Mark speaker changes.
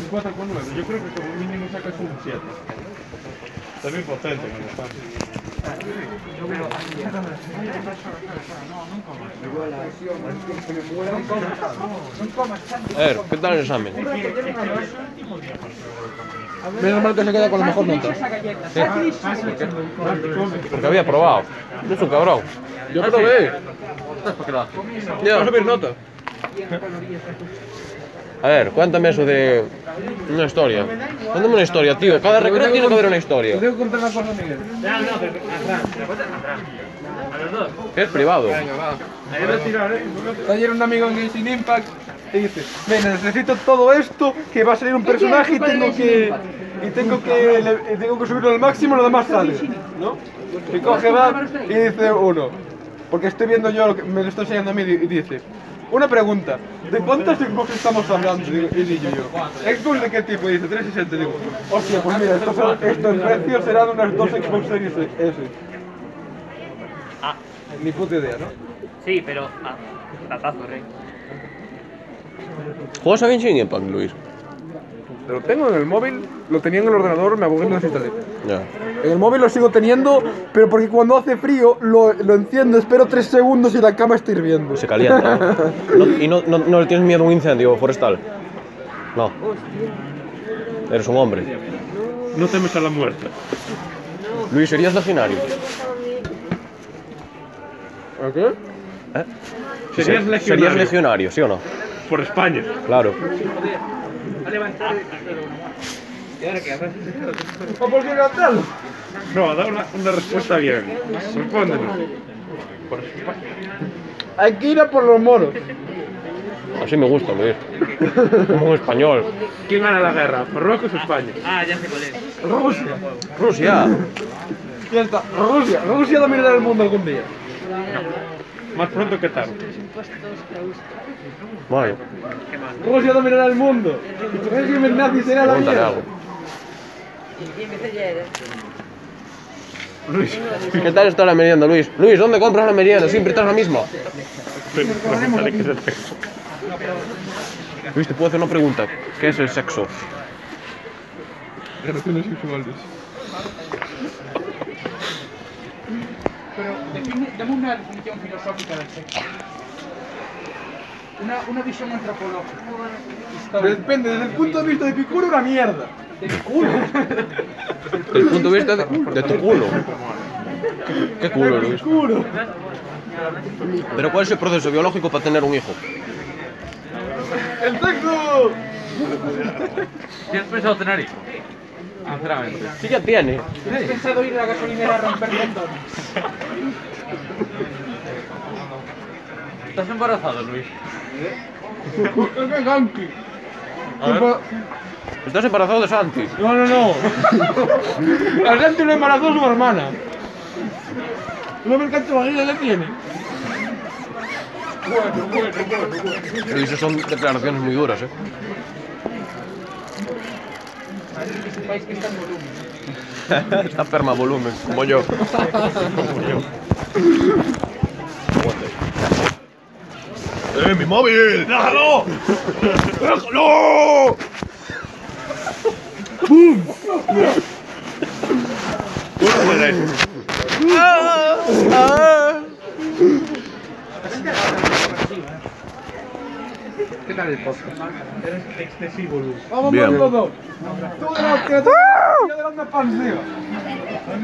Speaker 1: Un 4 con 9. Yo creo que como mínimo sacas un 7. También potente, me lo pasa.
Speaker 2: A ver, ¿qué tal el examen?
Speaker 3: Menos mal que se queda con la mejor nota.
Speaker 1: Este,
Speaker 2: Porque había probado. No es un cabrón.
Speaker 3: Yo probé.
Speaker 2: Ya.
Speaker 3: Para subir nota.
Speaker 2: A ver, cuéntame eso de una historia. Cuéntame una historia, tío. Cada recreo tiene que haber una historia.
Speaker 3: Te tengo que contar una cosa, Miguel.
Speaker 2: Que es privado.
Speaker 3: Ayer un amigo en Genshin Impact y dice, venga, necesito todo esto, que va a salir un personaje y tengo que y tengo que le- y tengo que subirlo al máximo, lo demás sale, ¿no? Y coge va y dice uno, porque estoy viendo yo lo que me lo estoy enseñando a mí y dice, una pregunta, ¿de cuántas Xbox estamos hablando? Digo, Y digo yo, ¿Xbox de qué tipo? Y dice 360, digo, hostia, pues mira, esto, será- esto en precio será de unas dos Xbox Series S.
Speaker 4: Ah,
Speaker 3: Ni puta idea, ¿no?
Speaker 4: sí, pero. Ah, datazo, rey.
Speaker 2: ¿Juegas a Genshin Impact, Luis?
Speaker 3: Lo tengo en el móvil, lo tenía en el ordenador, me aburrí y lo desinstalé.
Speaker 2: Ya.
Speaker 3: En el móvil lo sigo teniendo, pero porque cuando hace frío lo, lo enciendo, espero 3 segundos y la cama está hirviendo.
Speaker 2: Se calienta. ¿no? No- ¿Y no, no, no le tienes miedo a un incendio forestal? No. Eres un hombre.
Speaker 1: No temes a la muerte.
Speaker 2: Luis, ¿serías legionario?
Speaker 3: ¿A qué?
Speaker 2: ¿Eh?
Speaker 1: Serías
Speaker 2: Sí, sí.
Speaker 1: legionario.
Speaker 2: ¿Serías legionario, sí o no?
Speaker 1: Por España.
Speaker 2: Claro.
Speaker 3: ¿O por qué cantarlo?
Speaker 1: No, da una, una respuesta bien. Respóndenos. Por España.
Speaker 3: Hay que ir a por los moros.
Speaker 2: Así me gusta, Luis. Como un español.
Speaker 1: ¿Quién gana la guerra? ¿Marruecos o España?
Speaker 4: Ah, ya sé cuál es.
Speaker 3: Rusia.
Speaker 2: Rusia.
Speaker 3: Ya está, Rusia. Rusia dominará el mundo algún día.
Speaker 1: Más pronto que tarde.
Speaker 2: Vale,
Speaker 3: Rusia dominará el mundo. Y tu régimen nazi será la
Speaker 2: pregúntale
Speaker 3: mía.
Speaker 2: algo.
Speaker 1: Luis,
Speaker 2: ¿Qué tal está la merienda, Luis? Luis, ¿dónde compras la merienda? Siempre estás la misma.
Speaker 1: pero preguntaré qué es el sexo.
Speaker 2: Luis, te puedo hacer una pregunta. ¿Qué es el sexo?
Speaker 3: Relaciones sexuales.
Speaker 5: Pero define, dame una definición filosófica del sexo. Una, una visión antropológica. Histórica.
Speaker 3: Depende, desde el punto de vista de Picuro, una mierda.
Speaker 5: De culo.
Speaker 2: Desde el punto de vista de, de tu culo. ¿Qué, qué culo, Luis?
Speaker 3: Picuro.
Speaker 2: ¿Pero cuál es el proceso biológico para tener un hijo?
Speaker 3: ¡El sexo!
Speaker 4: ¿Te has pensado tener hijos? Sinceramente.
Speaker 2: Sí, ya tiene.
Speaker 5: ¿Has pensado ir a la gasolinera a romper montones?
Speaker 4: ¿Estás embarazado, Luis?
Speaker 3: ¡Qué ganky!
Speaker 2: Estás embarazado de Santi.
Speaker 3: No, no, no. A Santi lo embarazó su hermana. No me encanta barriga que tiene.
Speaker 2: Luis, esas son declaraciones muy duras, ¿eh?
Speaker 5: Que sepáis que está en volumen.
Speaker 2: Está perma volumen, como yo. ¡Eh, mi móvil! ¡Déjalo! ¡Déjalo!
Speaker 3: Vamos
Speaker 2: Bien.
Speaker 3: con todo. Tú delante, tú delante, yo delante, pan, tío.